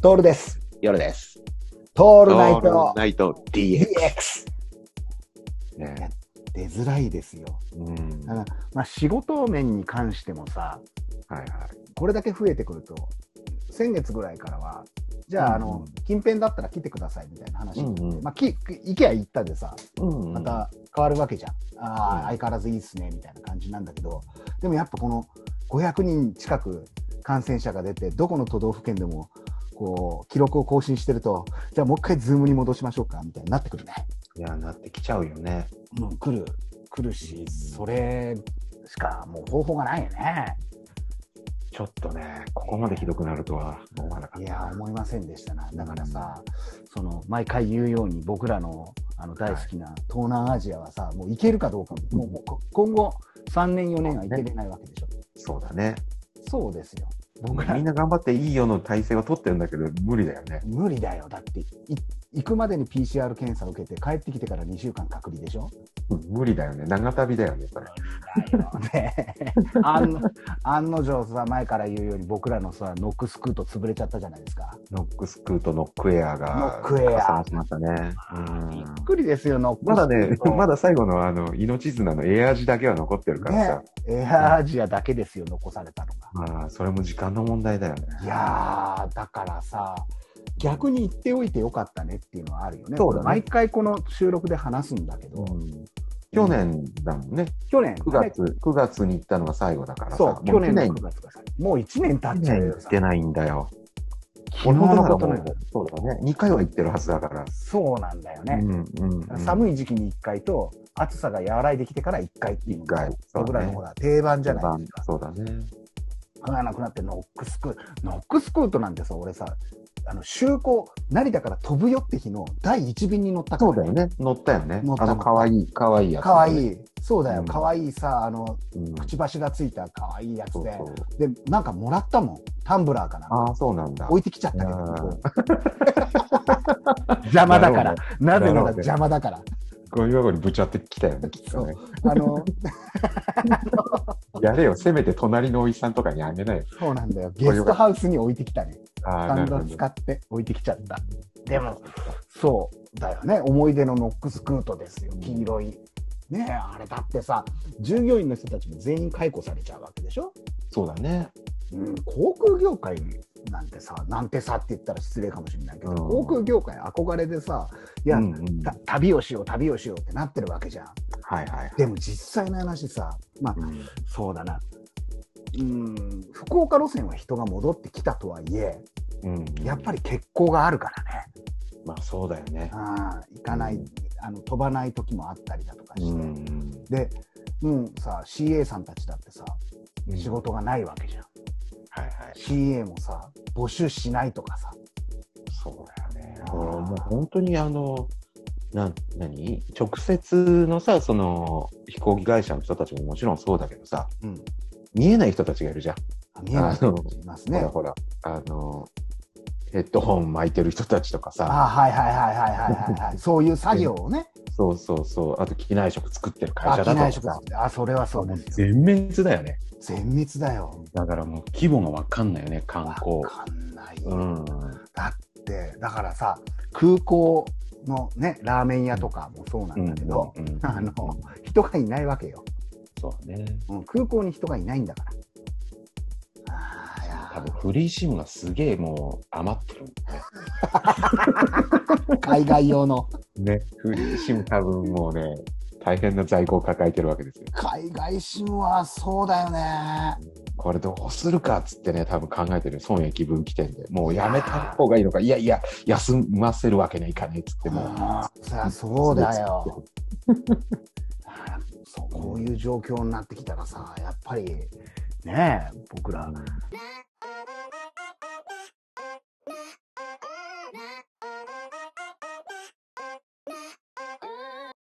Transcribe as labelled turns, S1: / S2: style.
S1: トールです。
S2: 夜です。
S1: ト
S2: オ
S1: ールナイト
S2: ナイト DX。
S1: DX。
S2: ね
S1: 出づらいですよ。
S2: うん。
S1: だ
S2: はい
S1: から、まあ、仕事面に関してもさ、
S2: はい。
S1: これだけ増えてくると、先月ぐらいからは、じゃあ、あの
S2: う、
S1: 近辺だったら来てくださいみたいな話になって、
S2: うんうん
S1: まあ、き行けば行ったでさ、
S2: うん
S1: また変わるわけじゃん。ああ
S2: う、ん
S1: 相変わらずいいっすね、みたいな感じなんだけど、でもやっぱこの500人近く感染者が出て、どこの都道府県でも、こう、記録を更新してると、じゃあもう一回ズームに戻しましょうか、みたいになってくるね。
S2: いや、なってきちゃうよね。
S1: もう来る、来るし、それしかもう方法がないよね。
S2: ちょっとね、ここまでひどくなるとは思わなか
S1: い
S2: っ
S1: や、思いませんでしたな。だからさ、その、毎回言うように僕らの、あの、大好きな東南アジアはさ、もう行けるかどうかも、もうもうこ今後3年4年は行けれないわけでしょ。
S2: た。そうだね。
S1: そうですよ。僕ら
S2: みんな頑張っていいよの体制は取ってるんだけど、無理だよね。
S1: 無理だよ。だって、い行くまでに PCR 検査を受けて、帰ってきてから2週間隔離でしょ。
S2: うん無理だよね。長旅だよね、それ。
S1: ねえ案の案の定さ、前から言うように、僕らのさ、ノックスクート潰れちゃったじゃないですか。
S2: ノックスクート、ノックエアが
S1: ノックエア
S2: 重なってましたね。う
S1: びっ
S2: ん
S1: くりですよ、ノックスク
S2: ま
S1: ー
S2: だ
S1: ト。
S2: ね、 まだ最後のあの命綱のエアージだけは残ってるからさ、
S1: エアアジアだけですよ、残されたのが。
S2: まあ、それも時間の問題だよね。
S1: いやー、だからさ、逆に言っておいてよかったねっていうのはあるよね。
S2: そうだね
S1: 毎回この収録で話すんだけど、
S2: うん去年だもんね、
S1: 去年、
S2: 9月、9月に行ったのが最後だからさ、
S1: そう、去年の
S2: 1
S1: 9月がさ、もう1年経っちゃうよ
S2: 年行っ
S1: さ。
S2: てないんだよ。
S1: 昨日のことのよ
S2: 俺もだからもうそうだね、2回は行ってるはずだから。
S1: そうなんだよね。
S2: うんうんうん、
S1: 寒い時期に1回と、暑さが和らいできてから1回っていうの
S2: 一
S1: が
S2: 回、そう
S1: 僕ら
S2: だ
S1: の
S2: ね
S1: ほ。ら、定番じゃないですか。
S2: そうだね。
S1: 食わなくなってノックスクート。ノックスクートなんてさ、俺さ、あの、就航、成田から飛ぶよって日の第1便に乗ったから。
S2: そうだよね。乗ったよね。
S1: 乗った
S2: あ
S1: 乗
S2: の、
S1: った
S2: かわいい、かわいいやつ、
S1: かわいい。そうだ
S2: う
S1: よ。
S2: ん
S1: かわいいさ、あの、
S2: うん。
S1: くちばしがついたかわいいやつ
S2: そう
S1: で。
S2: そう。
S1: で、なんかもらったもん。タンブラーかなんか。
S2: ああ、そうなんだ。
S1: 置いてきちゃったけど
S2: うん
S1: ここ。邪魔だから。なぜなら
S2: なるほど
S1: 邪魔だから。
S2: ゴミ箱にぶちゃってきたよね、きっとね。
S1: あの、
S2: やれよ、せめて隣のおじさんとかにあげないよ。
S1: そうなん だよ。ゲストハウスに置いてきたね。
S2: ああ、
S1: ハ
S2: な
S1: ン
S2: る
S1: ド
S2: ほど。
S1: 使って置いてきちゃった。でも、そうだよね。思い出のノックスクートですよ。黄色い。ねえ、あれだってさ、従業員の人たちも全員解雇されちゃうわけでしょ
S2: そうだね。
S1: うん、航空業界なんてさ、なんてさって言ったら失礼かもしれないけど、
S2: うん
S1: 航空業界憧れでさ、いや、
S2: うんうん
S1: た旅をしよう、旅をしようってなってるわけじゃん。
S2: はいはい。
S1: でも実際の話さ、まあ、
S2: うん
S1: そうだな。うん、福岡路線は人が戻ってきたとはいえ、
S2: うん、
S1: やっぱり欠航があるからね。
S2: まあそうだよね。
S1: あー行かない、
S2: うん
S1: あの飛ばない時もあったりだとかして、
S2: うん
S1: でもうさ CA さんたちだってさ仕事がないわけじゃん、
S2: はいはい
S1: CA もさ募集しないとかさ
S2: そうだよねだからもう本当にあのなん何直接のさその飛行機会社の人たちももちろんそうだけどさ
S1: うん
S2: 見えない人たちがいるじゃん、
S1: 見えない人たちいますね
S2: ほらほらあのヘッドホン巻いてる人たちとかさ
S1: あーはいはいはいはいはいはい、 はい、そういう作業をね
S2: そうそうそうあと機内食作ってる会
S1: 飽
S2: 社
S1: き
S2: だ
S1: ない
S2: と
S1: 職
S2: かさ
S1: ですあそれはそう
S3: もう
S1: ですよ
S3: 全滅だよね。
S1: 全滅だよ
S3: だからもう規模がわかんないよね、観光
S1: わ。かんない、
S2: うん
S1: だってだからさ空港のねラーメン屋とかもそうなんだけど、
S3: うんうん
S1: あの人がいないわけよ
S3: そうね。
S1: うん、空港に人がいないんだから。ああ、いや
S3: 多分フリーシムがすげえもう余ってるんだね。
S1: ー海外用の、
S2: ねフリーシム多分もうね大変な在庫を抱えてるわけですよ
S1: 海外シムはそうだよね。
S2: これどうするかっつってね、多分考えてる、損益分岐点で、もうやめた方がいいのか、いやいや、休ませるわけにはいかねえっつって、
S1: で
S2: もう
S1: も、そりゃそうだ よ。だからそうこういう状況になってきたらさ、やっぱりねえ、僕ら、